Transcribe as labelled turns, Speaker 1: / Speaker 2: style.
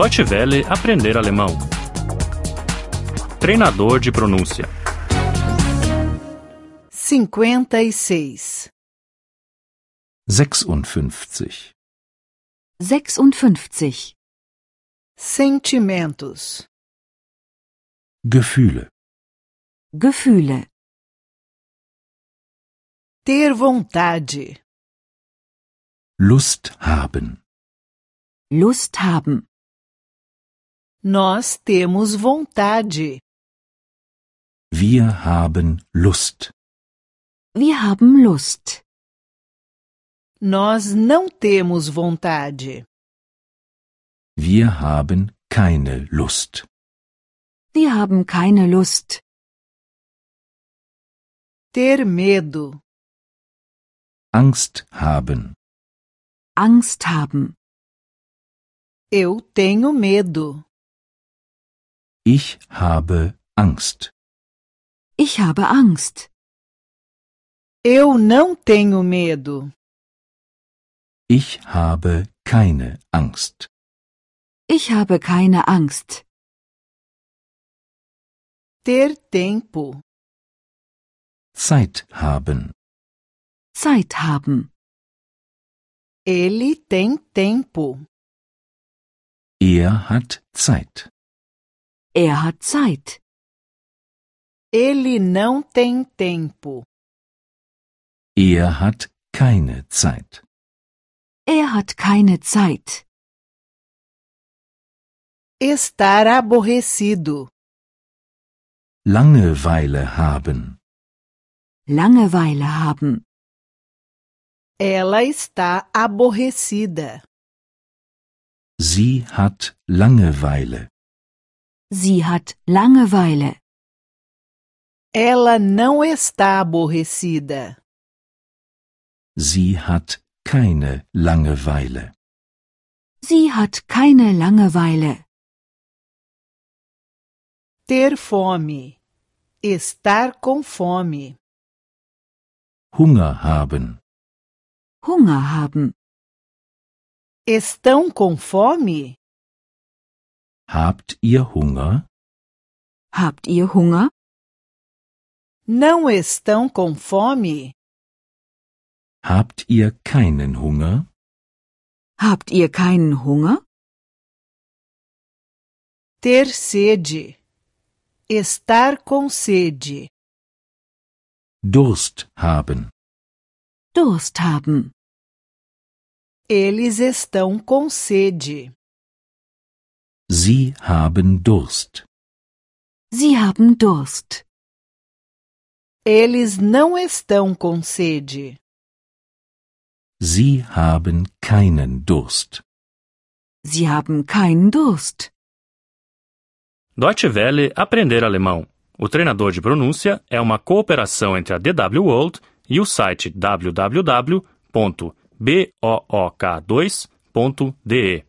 Speaker 1: Deutsche Welle aprender alemão. Treinador de pronúncia.
Speaker 2: 56.
Speaker 3: 56.
Speaker 4: 56.
Speaker 2: Sentimentos.
Speaker 3: Gefühle.
Speaker 4: Gefühle.
Speaker 2: Ter vontade.
Speaker 3: Lust haben.
Speaker 4: Lust haben.
Speaker 2: Nós temos vontade.
Speaker 3: Wir haben Lust.
Speaker 4: Wir haben Lust.
Speaker 2: Nós não temos vontade.
Speaker 3: Wir haben keine Lust.
Speaker 4: Wir haben keine Lust.
Speaker 2: Ter medo.
Speaker 3: Angst haben.
Speaker 4: Angst haben.
Speaker 2: Eu tenho medo.
Speaker 3: Ich habe Angst.
Speaker 4: Ich habe Angst.
Speaker 2: Eu não tenho medo.
Speaker 3: Ich habe keine Angst.
Speaker 4: Ich habe keine Angst.
Speaker 2: Ter tempo.
Speaker 3: Zeit haben.
Speaker 4: Zeit haben.
Speaker 2: Ele tem tempo.
Speaker 3: Er hat Zeit.
Speaker 4: Er hat Zeit.
Speaker 2: Ele não tem tempo.
Speaker 3: Er hat keine Zeit.
Speaker 4: Er hat keine Zeit.
Speaker 2: Estar aborrecido.
Speaker 3: Langeweile haben.
Speaker 4: Langeweile haben.
Speaker 2: Ela está aborrecida.
Speaker 3: Sie hat Langeweile.
Speaker 4: Sie hat Langeweile.
Speaker 2: Ela não está aborrecida.
Speaker 3: Sie hat keine Langeweile.
Speaker 4: Sie hat keine Langeweile.
Speaker 2: Ter fome. Estar com fome.
Speaker 3: Hunger haben.
Speaker 4: Hunger haben.
Speaker 2: Estão com fome?
Speaker 3: Habt ihr Hunger?
Speaker 4: Habt ihr Hunger?
Speaker 2: Não estão com fome?
Speaker 3: Habt ihr keinen Hunger?
Speaker 4: Habt ihr keinen Hunger?
Speaker 2: Ter sede. Estar com sede.
Speaker 3: Durst haben.
Speaker 4: Durst haben.
Speaker 2: Eles estão com sede.
Speaker 3: Sie haben Durst.
Speaker 4: Sie haben Durst.
Speaker 2: Eles não estão com sede.
Speaker 3: Sie haben keinen Durst.
Speaker 4: Sie haben keinen Durst.
Speaker 1: Deutsche Welle aprender alemão. O treinador de pronúncia é uma cooperação entre a DW World e o site www.book2.de.